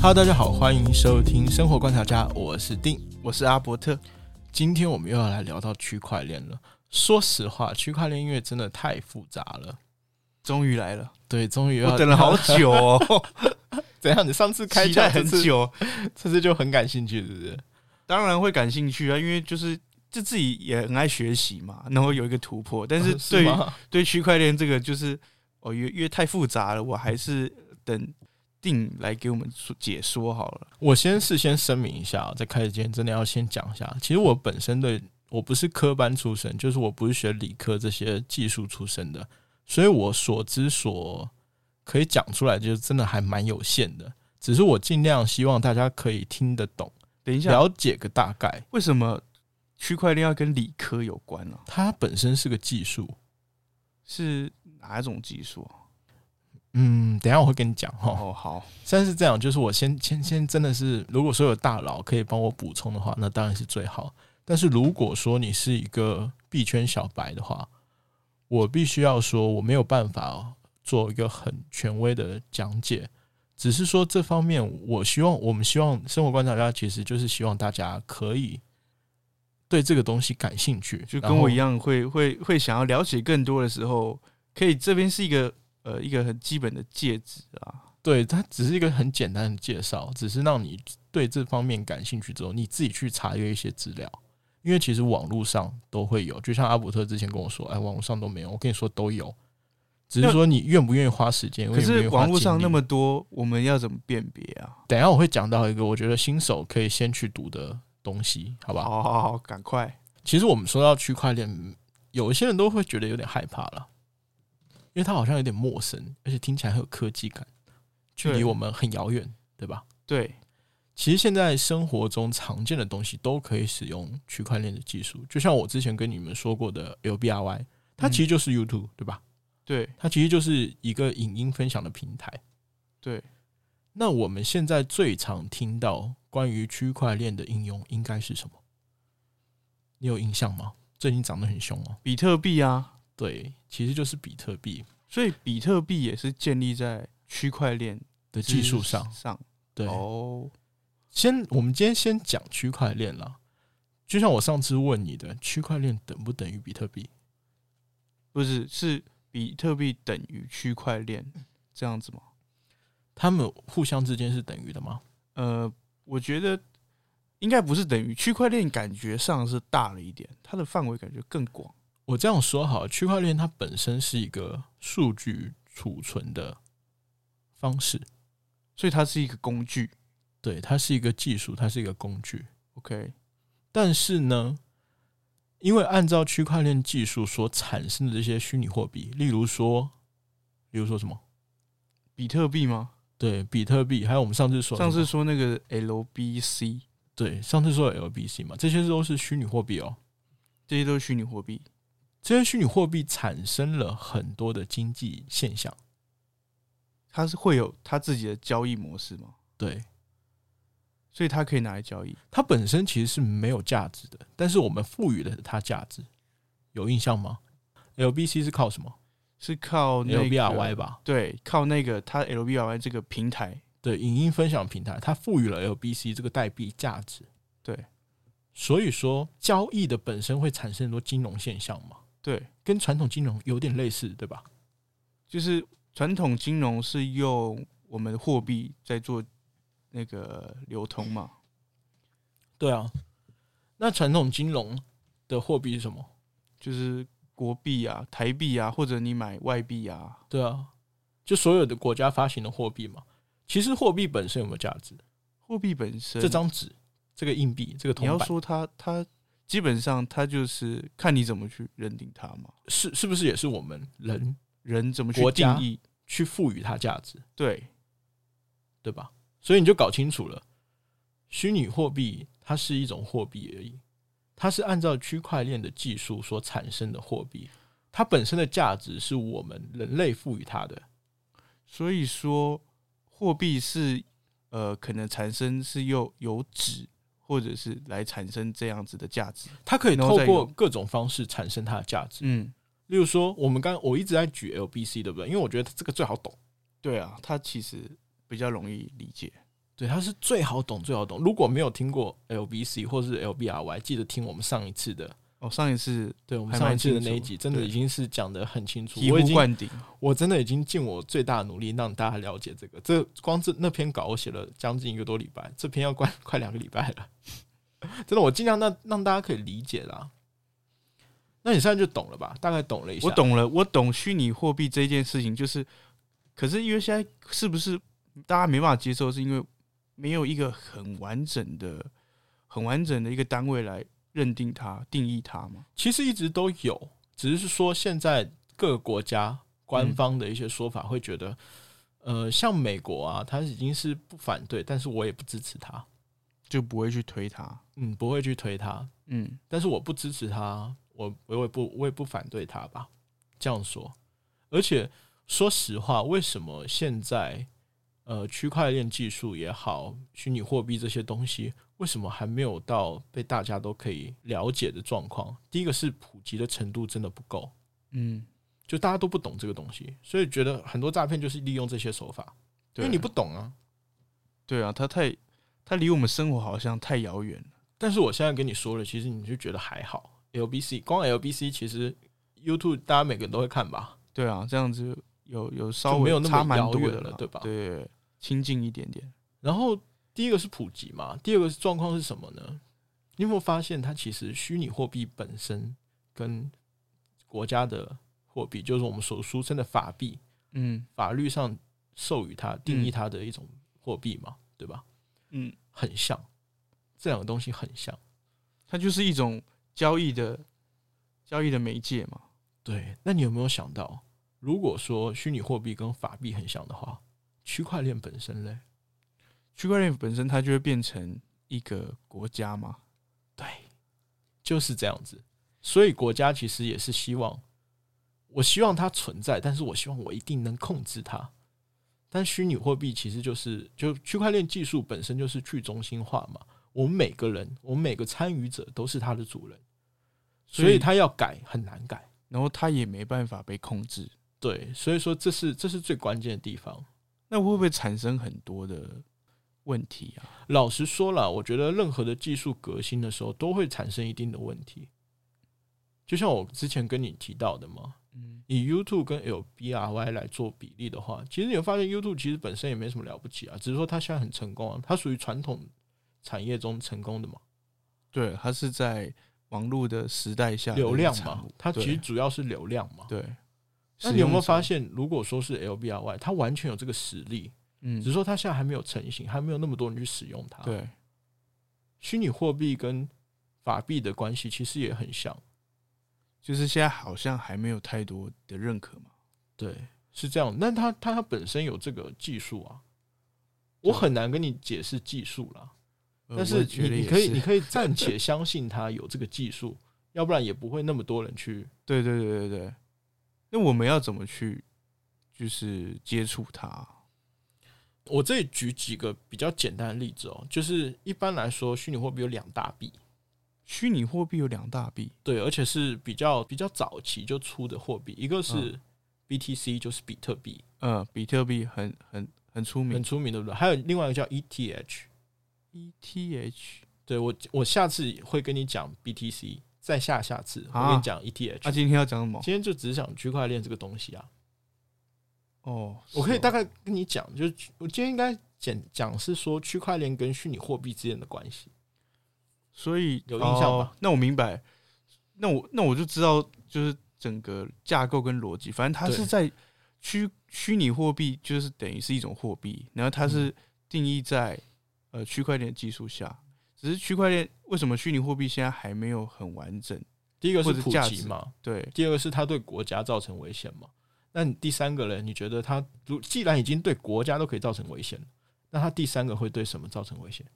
Hello，大家好，欢迎收听《生活观察家》，我是丁，我是阿伯特。今天我们又要来聊到区块链了。说实话，区块链音乐真的太复杂了。终于来了，对，终于要我等了 好久哦， 怎样？你上次开期窍待这很次，久，这次就很感兴趣，是不是？当然会感兴趣啊，因为就是就自己也很爱学习嘛，然后有一个突破，但 哦是对于吗对区块链这个就是哦，因为因为太复杂了，我还是等定来给我们说解说好了。我先事先声明一下哦，在开始之前真的要先讲一下，其实我本身对我不是科班出身，就是我不是学理科这些技术出身的，所以我所知所可以讲出来，就是真的还蛮有限的。只是我尽量希望大家可以听得懂，等一下，了解个大概。为什么区块链要跟理科有关呢、它本身是个技术，是哪种技术啊？嗯，等一下我会跟你讲哈。哦，好，但是这样，就是我先先先真的是，如果说有大佬可以帮我补充的话，那当然是最好。但是如果说你是一个币圈小白的话，我必须要说我没有办法做一个很权威的讲解，只是说这方面，我希望我们希望生活观察家其实就是希望大家可以对这个东西感兴趣，就跟我一样。样会会会想要了解更多的时候，可以这边是一个呃一个很基本的介质啊。对，它只是一个很简单的介绍，只是让你对这方面感兴趣之后，你自己去查阅一些资料。因为其实网络上都会有，就像阿伯特之前跟我说，哎，网络上都没有。我跟你说都有，只是那说你愿不愿意花时间，可愿不愿是意花网络上精力那么多，我们要怎么辨别啊？等一下我会讲到一个我觉得新手可以先去读的东西，好吧？好好好，赶快！其实我们说到区块链，有一些人都会觉得有点害怕了，因为它好像有点陌生，而且听起来很有科技感，距离对我们很遥远，对吧？对，其实现在生活中常见的东西都可以使用区块链的技术，就像我之前跟你们说过的 LBRY，它嗯其实就是 YouTube，、对吧？对它其实就是一个影音分享的平台。对，那我们现在最常听到关于区块链的应用应该是什么？你有印象吗？最近涨得很凶哦。比特币啊，对，其实就是比特币所以比特币也是建立在区块链的之技术上。上对，哦，先我们今天先讲区块链啦。就像我上次问你的，区块链等不等于比特币？不是是比特币等于区块链这样子吗？他们互相之间是等于的吗？呃，我觉得应该不是等于区块链，感觉上是大了一点，它的范围感觉更广。我这样说好，区块链它本身是一个数据储存的方式，所以它是一个工具。对，它是一个技术，它是一个工具。 OK，但是呢，因为按照区块链技术所产生的这些虚拟货币，例如说，例如说什么？比特币吗？对，比特币，还有我们上次说的上什么次说那个 LBC，对上次说的 LBC 嘛，这些都是虚拟货币哦。这些都是虚拟货币。这些虚拟货币产生了很多的经济现象。它是会有它自己的交易模式嘛，对，所以它可以拿来交易。它本身其实是没有价值的，但是我们赋予了它价值，有印象吗？LBC 是靠什么、是靠哦那个 l b r y 吧？对，靠那个它 LBRY 这个平台，对，影音分享平台，它赋予了 LBC 这个代币价值。对，所以说交易的本身会产生很多金融现象嘛，对，跟传统金融有点类似，对吧？就是传统金融是用我们的货币在做那个流通嘛，对啊，那传统金融的货币是什么？就是国币啊、台币啊，或者你买外币啊，对啊，就所有的国家发行的货币嘛。其实货币本身有没有价值？货币本身这张纸、这个硬币、这个你铜要板，说它，它基本上它就是看你怎么去认定它嘛，是是不是也是我们人人怎么去国家定义，去赋予它价值，对，对吧？所以你就搞清楚了，虚拟货币它是一种货币而已，它是按照区块链的技术所产生的货币，它本身的价值是我们人类赋予它的。所以说货币是呃可能产生是由由纸或者是来产生这样子的价值，它可以然后透再过用各种方式产生它的价值，嗯，例如说，我们刚我一直在举 LBC，对不对？因为我觉得这个最好懂。对啊，它其实比较容易理解，对，它是最好懂、最好懂。如果没有听过 LBC 或是 LBRY，记得听我们上一次的，哦，上一次对我们还上蛮一次的清楚那一集，真的对已经是讲得很清楚。醍我已醐经灌顶，我真的已经尽我最大的努力让大家了解这个。这光这那篇稿我写了将近一个多礼拜，这篇要 快快两个礼拜了。真的，我尽量让让大家可以理解啦。那你现在就懂了吧？大概懂了一下。我。懂了，我懂虚拟货币这件事情，就是，可是因为现在是不是大家没办法接受，是因为没有一个很完整的、很完整的一个单位来认定它、定义它嘛？其实一直都有，只是说现在各个国家官方的一些说法会觉得，呃，像美国啊，他已经是不反对，但是我也不支持他，就不会去推它。嗯，不会去推他，嗯，但是我不支持他，我我也不我也不反对他吧，这样说。而且说实话，为什么现在呃区块链技术也好，虚拟货币这些东西，为什么还没有到被大家都可以了解的状况？第一个是普及的程度真的不够，嗯，就大家都不懂这个东西，所以觉得很多诈骗就是利用这些手法，因对，为你不懂啊。对啊，它太它离我们生活好像太遥远了。但是我现在跟你说了，其实你就觉得还好。LBC 光 LBC 其实 YouTube 大家每个人都会看吧，对啊，这样子有有稍就没微有那么差蛮多遥远的了啦对吧对，亲近一点点。然后第一个是普及嘛，第二个是状况是什么呢？你有没有发现它其实虚拟货币本身跟国家的货币，就是我们所俗称的法币，嗯法律上授予它、定义它的一种货币嘛，对吧？嗯，很像，这两个东西很像。它就是一种交易的交易的媒介嘛。对，那你有没有想到，如果说虚拟货币跟法币很像的话，区块链本身嘞？区块链本身它就会变成一个国家嘛。对，就是这样子。所以国家其实也是希望，我希望它存在，但是我希望我一定能控制它。但虚拟货币其实就是，就区块链技术本身就是去中心化嘛。我们每个人，我们每个参与者都是它的主人，所以所以它要改很难改。然后它也没办法被控制。对，所以说这是这是最关键的地方。那会不会产生很多的问题啊？老实说了，我觉得任何的技术革新的时候，都会产生一定的问题。就像我之前跟你提到的嘛，嗯，以 YouTube 跟 LBRY 来做比例的话，其实你会发现 YouTube 其实本身也没什么了不起啊，只是说它现在很成功啊，它属于传统产业中成功的嘛，对，它是在网络的时代下的流量产嘛物，它其实对主要是流量嘛。对。那你有没有发使现，如果说是 LBRY，它完全有这个实力，用只者？是嗯，说它现在还没有成型，还没有那么多人去使用它。对，虚拟货币跟法币的关系其实也很像。就是现在好像还没有太多的认可嘛。对，是这样。那它它它本身有这个技术啊，对我很难跟你解释技术啦。呃但我是也觉得你你也可以是你可以暂且相信它有这个技术，要不然也不会那么多人去。对对对对对。那我们要怎么去就是接触它？我这里举几个比较简单的例子哦，就是一般来说，虚拟货币有两大币，虚拟货币有两大币，对，而且是比较比较早期就出的货币，一个是嗯 BTC，就是比特币，嗯，比特币很很很出名，E 很，出名，对不对？还有另外一个叫 ETH， ETH 对我我下次会跟你讲 BTC，再下下次我啊跟你讲 E ETH，啊，今天要讲什么？今天就只讲区块链这个东西啊。哦，我可以是哦大概跟你讲，就是我今天应该简讲是说区块链跟虚拟货币之间的关系。所以有印象吧哦那我明白，那我那我就知道，就是整个架构跟逻辑，反正它对是在虚虚拟货币，就是等于是一种货币，然后它嗯是定义在呃区块链技术下，只是区块链为什么虚拟货币现在还没有很完整？第一个是或者普价及值嘛，对，第二个是它对国家造成危险嘛。那你第三个呢？你觉得它如既然已经对国家都可以造成危险了，那它第三个会对什么造成危险？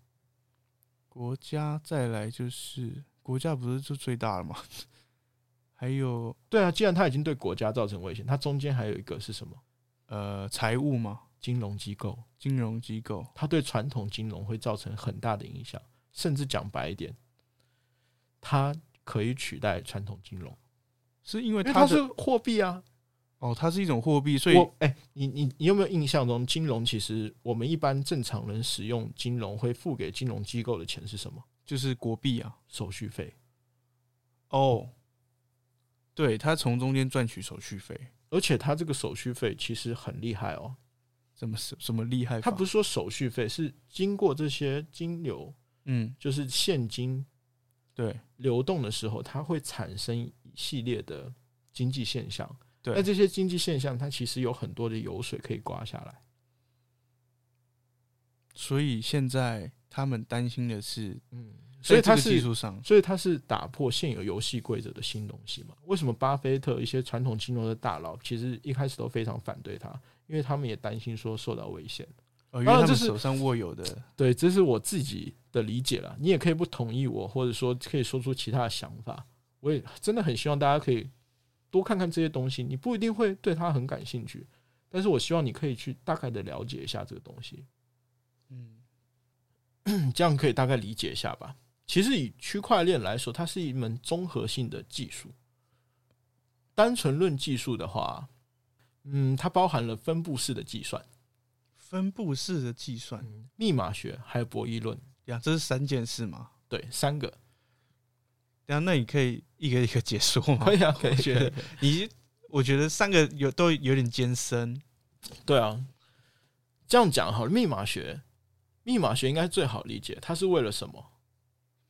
国家再来就是国家不是就最大了吗？ 还有对啊，既然它已经对国家造成危险，它中间还有一个是什么？呃财务嘛，金融机构。金融机构，它对传统金融会造成很大的影响，甚至讲白一点，它可以取代传统金融，是因为因为它它的是货币啊，哦，它是一种货币，所以我哎、你你你有没有印象中，金融其实我们一般正常人使用金融会付给金融机构的钱是什么？就是国币啊。手续费，哦，对，他从中间赚取手续费，而且它这个手续费其实很厉害哦。怎么什什么厉害法？它不是说手续费，是经过这些金流，嗯，就是现金对流动的时候，它会产生一系列的经济现象。对那这些经济现象，它其实有很多的油水可以刮下来。所以现在他们担心的是，嗯，所在以这它个技是，术上，所以它是打破现有游戏规则的新东西嘛？为什么巴菲特一些传统金融的大佬其实一开始都非常反对它，因为他们也担心说受到危险。呃，因为当然他们这是手上握有的，对，这是我自己的理解啦。你也可以不同意我，或者说可以说出其他的想法。我也真的很希望大家可以多看看这些东西，你不一定会对它很感兴趣，但是我希望你可以去大概的了解一下这个东西，嗯，嗯这样可以大概理解一下吧。其实以区块链来说，它是一门综合性的技术。单纯论技术的话，嗯，它包含了分布式的计算、分布式的计算嗯、密码学还有博弈论，呀，这是三件事嘛？对，三个。呀，那你可以一个一个解说吗？可以啊，可以，我觉可以得你，我觉得三个有都有点艰深，对啊，这样讲好了，密码学，密码学应该最好理解，它是为了什么？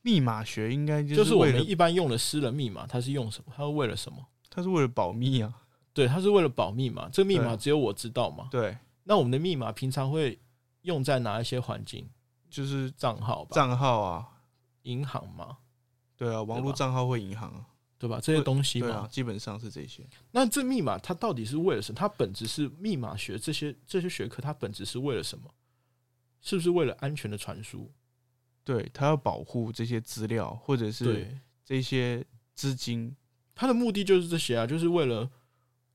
密码学应该就就是是我为了们一般用的私人密码，它是用什么？它是为了什么？它是为了保密啊，对，它是为了保密嘛。这个密码对啊只有我知道嘛。对，那我们的密码平常会用在哪一些环境？就是账号吧，账号啊，银行嘛，对啊，网络账号或银行啊，对吧？这些东西对嘛。啊，基本上是这些。那这密码它到底是为了什么？它本质是密码学这些这些学科，它本质是为了什么？是不是为了安全的传输？对他要保护这些资料或者是对，这些资金，它的目的就是这些啊，就是为了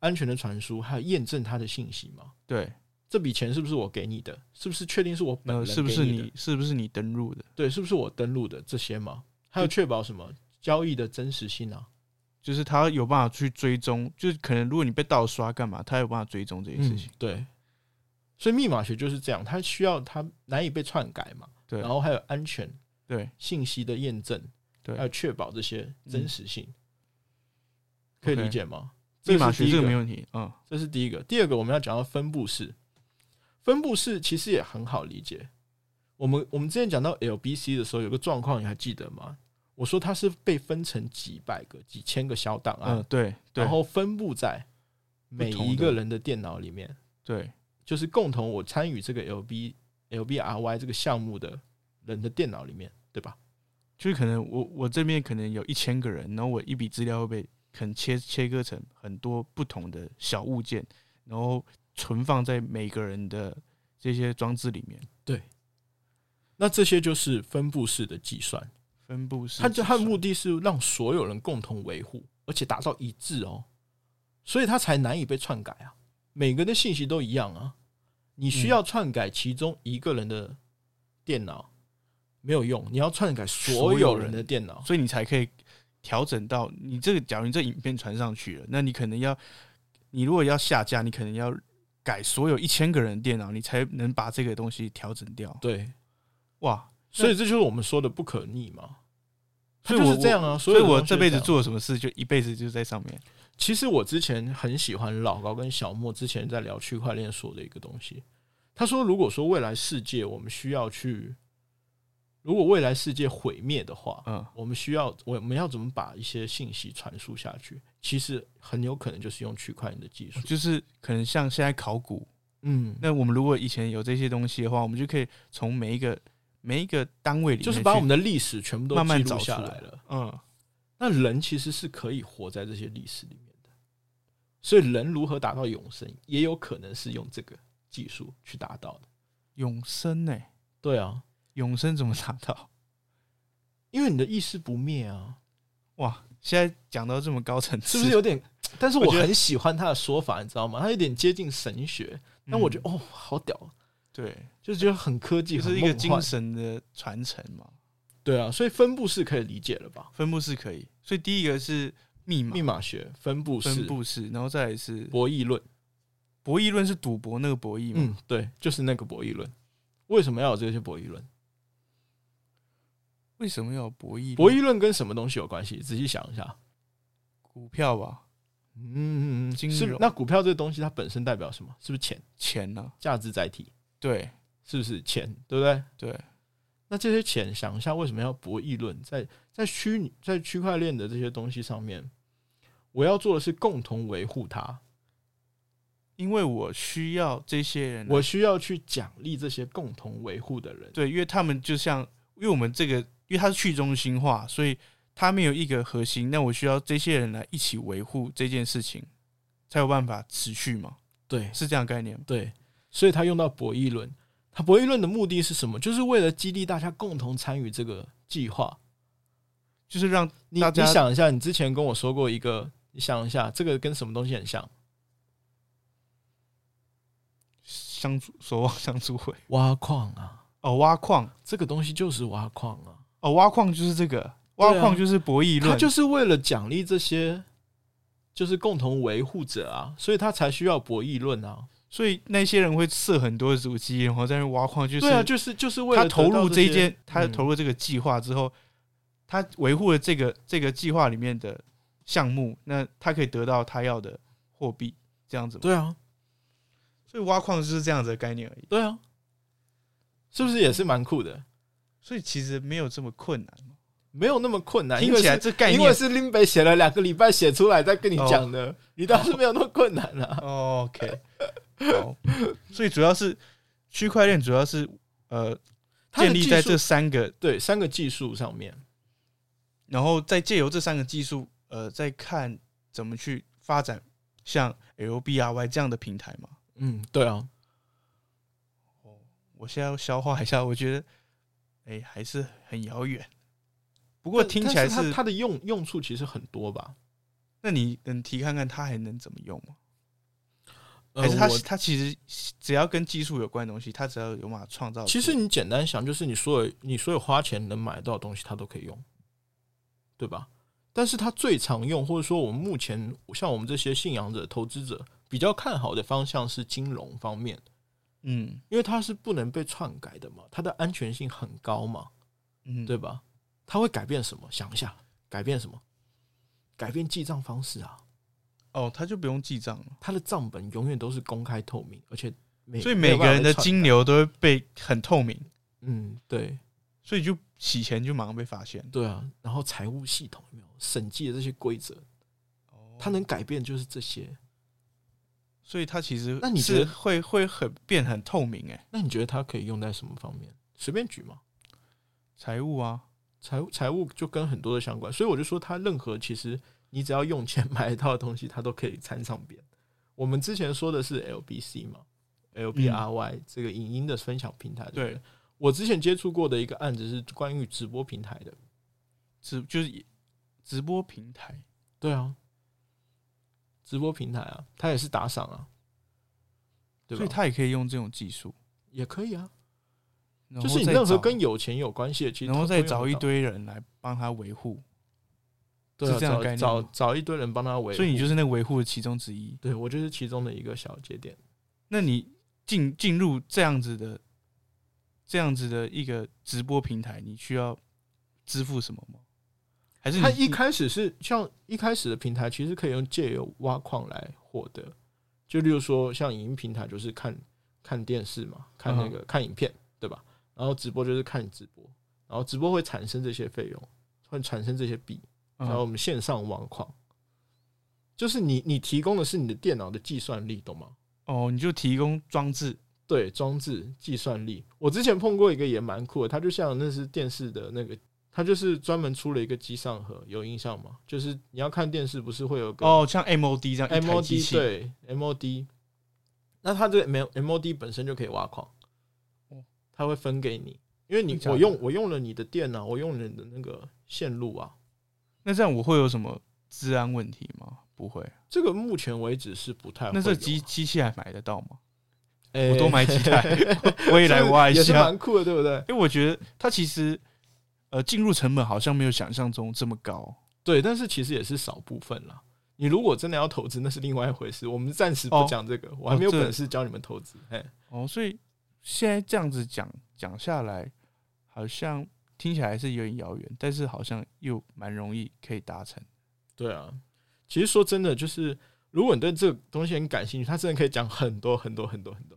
安全的传输，还有验证它的信息嘛。对，这笔钱是不是我给你的？是不是确定是我本那人呃是不给是你的你是不是你登录的？对，是不是我登录的这些嘛？还有确保什么交易的真实性啊？就是他有办法去追踪，就是可能如果你被盗刷干嘛，他有办法追踪这些事情。嗯对。所以密码学就是这样，它需要它难以被篡改嘛，对嗯然后还有安全对信息的验证，对还有确保这些真实性，可以 OK 理解吗？密是码学第一这个个没问题，嗯，这是第一个。第二个，我们要讲到分布式。分布式其实也很好理解。我们我们之前讲到 LBC 的时候，有个状况你还记得吗？我说它是被分成几百个、几千个小档案，嗯，对啊对然后分布在每不同一的个人的电脑里面，对就是共同我参与这个 LB LBRY 这个项目的人的电脑里面，对吧？就是可能我我这边可能有一千个人，然后我一笔资料会被可能切切割成很多不同的小物件，然后存放在每个人的这些装置里面，那这些就是分布式的计算。分布式计它算。就它的目的是让所有人共同维护，而且达到一致哦，所以它才难以被篡改啊。每个人的信息都一样啊，你嗯需要篡改其中一个人的电脑没有用，你要篡改所有人的电脑。所以你才可以调整到你这个。假如你这影片传上去了，那你可能要，你如果要下架，你可能要改所有一千个人的电脑，你才能把这个东西调整掉。对，哇！所以这就是我们说的不可逆嘛。它所以就我是这样啊，所以有的我东西这辈都子是样。做了什么事，就一辈子就在上面。其实我之前很喜欢老高跟小莫之前在聊区块链说的一个东西，他说，如果说未来世界我们需要去，如果未来世界毁灭的话， 嗯，我们需要我们要怎么把一些信息传输下去？其实很有可能就是用区块链的技术。就是可能像现在考古，嗯，那我们如果以前有这些东西的话，我们就可以从每一个每一个单位里面就是把我们的的历史全部都慢慢记录找出下来来了。嗯，那人其实是可以活在这些历史里面的，所以人如何达到永生，也有可能是用这个技术去达到的。永生呢、对啊，永生怎么达到？因为你的意识不灭啊，哇！现在讲到这么高层是次，不是有点？但是我我觉得很喜欢他的说法，你知道吗？他有点接近神学，但嗯我觉得、哦，好屌，对，就是觉得很科技，就是很一个梦精幻神的传承嘛。对啊，所以分布式可以理解了吧？分布式可以，所以第一个是密码密码学、分布式分、布式，然后再来是博弈论。博弈论是赌博那个博弈嘛？嗯，对，就是那个博弈论。为什么要有这些博弈论？为什么要有博弈？博弈论跟什么东西有关系？仔细想一下。股票吧，嗯，金是融那股票这个东西它本身代表什么？是不是钱？钱呢、价值载体对是不是钱？对不对？对，那这些钱，想一下为什么要博弈论？在在区在区块链的这些东西上面，我要做的是共同维护它，因为我需要这些人啊，我需要去奖励这些共同维护的人。对，因为他们就像，因为我们这个，因为它是去中心化，所以它没有一个核心，那我需要这些人来一起维护这件事情，才有办法持续嘛，对是这样的概念吗？对，所以他用到博弈论。他博弈论的目的是什么？就是为了激励大家共同参与这个计划。就是让你大你家想一下，你之前跟我说过一个，你想一下，这个跟什么东西很像？相助所望相助会挖矿啊，哦，挖矿这个东西就是挖矿啊。哦，挖矿就是这个，对啊挖矿就是博弈论，他就是为了奖励这些就是共同维护者啊，所以他才需要博弈论啊。所以那些人会设很多主机，然后在那边挖矿，就是对啊，就是就是为了他投入这嗯这一件，他嗯投入这个计划之后，他维护了这个这个计划里面的项目，那他可以得到他要的货币，这样子嘛。对啊，所以挖矿就是这样子的概念而已，对啊，是不是也是蛮酷的？所以其实没有这么困难。没有那么困难，听起来这概因为念是林北写了两个礼拜写出来再跟你讲的，你倒是没有那么困难啊。 哦 OK，好，所以主要是区块链主要是呃它的建技立术在这三个，对三个技术上面，然后再借由这三个技术，呃，再看怎么去发展像 LBRY 这样的平台嘛。嗯，对啊，我现在要消化一下，我觉得，哎、还是很遥远。不过听起来但但是，它它的用用处其实很多吧？那你能提看看它还能怎么用吗？呃还是它我它其实只要跟技术有关的东西，它只要有办法创造出。其实你简单想，就是你所有你所有花钱能买到的东西，它都可以用，对吧？但是它最常用，或者说我们目前像我们这些信仰者、投资者比较看好的方向是金融方面，嗯因为它是不能被篡改的嘛，它的安全性很高嘛，嗯，对吧？它会改变什么？想一下，改变什么？改变记账方式啊！哦，它就不用记账了，它的账本永远都是公开透明，而且每所以每个人的金，没有办法被篡改流都会被很透明，嗯，对，所以就洗钱就马上被发现。对啊，然后财务系统有没有审计的这些规则，哦它能改变就是这些。所以它其实那你觉是得会会很变很透明哎、那你觉得它可以用在什么方面？随便举嘛，财务啊，财务财务就跟很多的相关，所以我就说它任何其实你只要用钱买得到的东西，它都可以掺上边。我们之前说的是 LBC 嘛，LBRY、这个影音的分享平台。对不对嗯对，我之前接触过的一个案子是关于直播平台的。直就是直播平台，对啊，直播平台啊，它也是打赏啊，对所以吧？它也可以用这种技术。也可以啊，然就后是你再任何找跟有钱有关系的，其实然它后都再用得找一到堆人来帮他维护，对啊、是这样的概念找吗找找一堆人帮他维护，所以你就是那维护的其中之一。对我就是其中的一个小节点。那你进进入这样子的这样子的一个直播平台，你需要支付什么吗？还是他你一开始是像一开始的平台，其实可以用借由挖矿来获得，就例如说像影音平台，就是看看电视嘛，看嗯那个、看影片，对吧？然后直播就是看直播，然后直播会产生这些费用，会产生这些币，然后我嗯们线上挖矿，就是你你提供的是你的电脑的计算力，懂吗？哦，你就提供装置对装置计算力，我之前碰过一个也蛮酷的，它就像那是电视的那个，它就是专门出了一个机上盒，有印象吗？就是你要看电视，不是会有个哦，像 MOD 这样一台机 MOD 器，对 MOD，那它这个 M MOD 本身就可以挖矿哦，它会分给你，因为你真假的我用我用了你的电脑，我用了你的那个线路啊，那这样我会有什么治安问题吗？不会，这个目前为止是不太会有啊那这机机器还买得到吗？哎我多买几 台，我也来挖一也是下。蛮酷的，对不对？因为我觉得它其实呃进入成本好像没有想象中这么高。对，但是其实也是少部分啦。你如果真的要投资，那是另外一回事。我们暂时不哦讲这个，我还没有哦这本事教你们投资。哎、哦，所以现在这样子讲讲下来，好像听起来是有点遥远，但是好像又蛮容易可以达成。对啊，其实说真的，就是如果你对这个东西很感兴趣，它真的可以讲很多很多很多很多。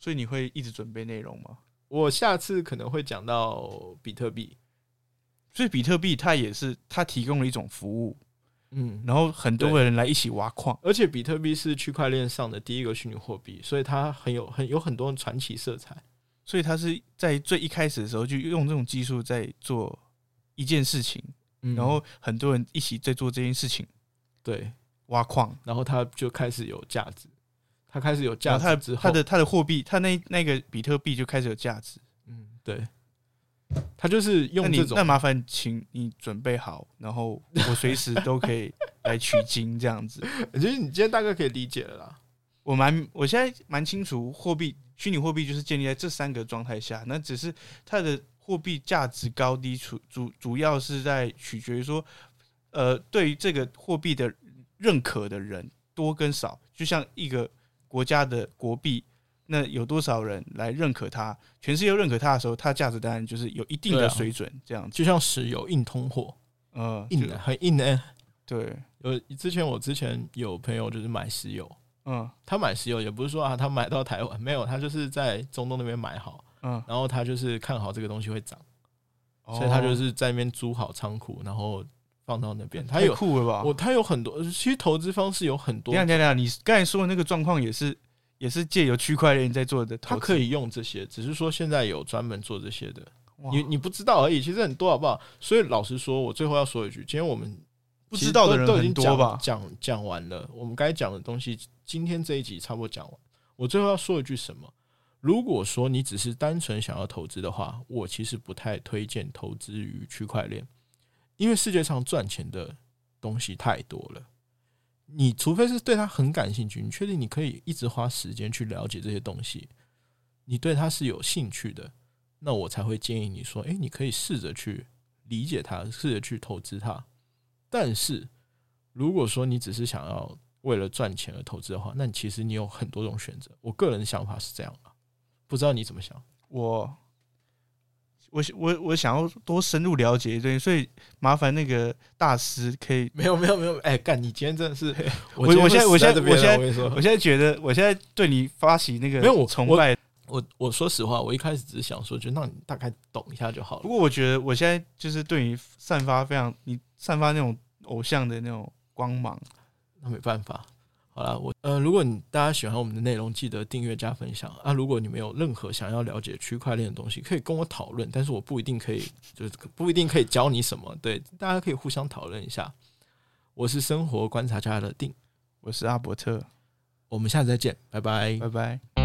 所以你会一直准备内容吗？我下次可能会讲到比特币，所以比特币它也是它提供了一种服务，嗯，然后很多对个人来一起挖矿。而且比特币是区块链上的第一个虚拟货币，所以它很有很有很多传奇色彩。所以他是在最一开始的时候就用这种技术在做一件事情，嗯然后很多人一起在做这件事情，对，挖矿。然后它就开始有价值，它开始有然价后他值的之后，他的他的货币，他那那个比特币就开始有价值。嗯，对，它就是那用你这种那麻烦请你准备好，然后我随时都可以来取经这样子。其实你今天大概可以理解了啦。我蛮我现在蛮清楚，货币虚拟货币就是建立在这三个状态下，那只是它的货币价值高低主主主要是在取决于说，呃，对于这个货币的认可的人多跟少，就像一个国家的国币。那有多少人来认可它？全世界认可它的时候，它价值当然就是有一定对的啊水准，这样子。就像石油硬通货，嗯，硬就的很硬的、对，有之前我之前有朋友就是买石油，嗯他买石油也不是说啊他买到台湾没 有，他就是在中东那边买好，嗯，然后他就是看好这个东西会涨，所以他就哦是在那边租好仓库，然后放到那边。他太有酷了吧？我他有很多，其实投资方式有很多等一，下等一下，你刚才说的那个状况也是也是借由区块链在做的投他资，可以用这些，只是说现在有专门做这些的，哇你你不知道而已，其实很多好不好？所以老实说，我最后要说一句，今天我们不其知实道都的人都已很经多讲吧？讲讲完了，我们该讲的东西，今天这一集差不多讲完。我最后要说一句什么？如果说你只是单纯想要投资的话，我其实不太推荐投资于区块链，因为世界上赚钱的东西太多了。你除非是对它很感兴趣，你确定你可以一直花时间去了解这些东西，你对它是有兴趣的，那我才会建议你说，诶，你可以试着去理解它，试着去投资它。但是如果说你只是想要为了赚钱而投资的话，那你其实你有很多种选择。我个人想法是这样啊，不知道你怎么想？我我我我想要多深入了解一对，所以麻烦那个大师可以。没有没有没有，哎、干，你今天真的 是我今天我现会死啊这在我现在边我现了在我跟你我说，现在觉得，我现在对你发起那个没有我崇拜，我我说实话，我一开始只是想说，就让你大概懂一下就好不了。过我觉得我现在就是对你散发非常，你散发那种偶像的那种光芒。那没办法。好啦，我呃，如果你大家喜欢我们的内容，记得订阅加分享啊。如果你们有任何想要了解区块链的东西，可以跟我讨论，但是我不一定可以，就是不一定可以教你什么。对，大家可以互相讨论一下。我是生活观察家的定，我是阿伯特，我们下次再见，拜拜拜拜。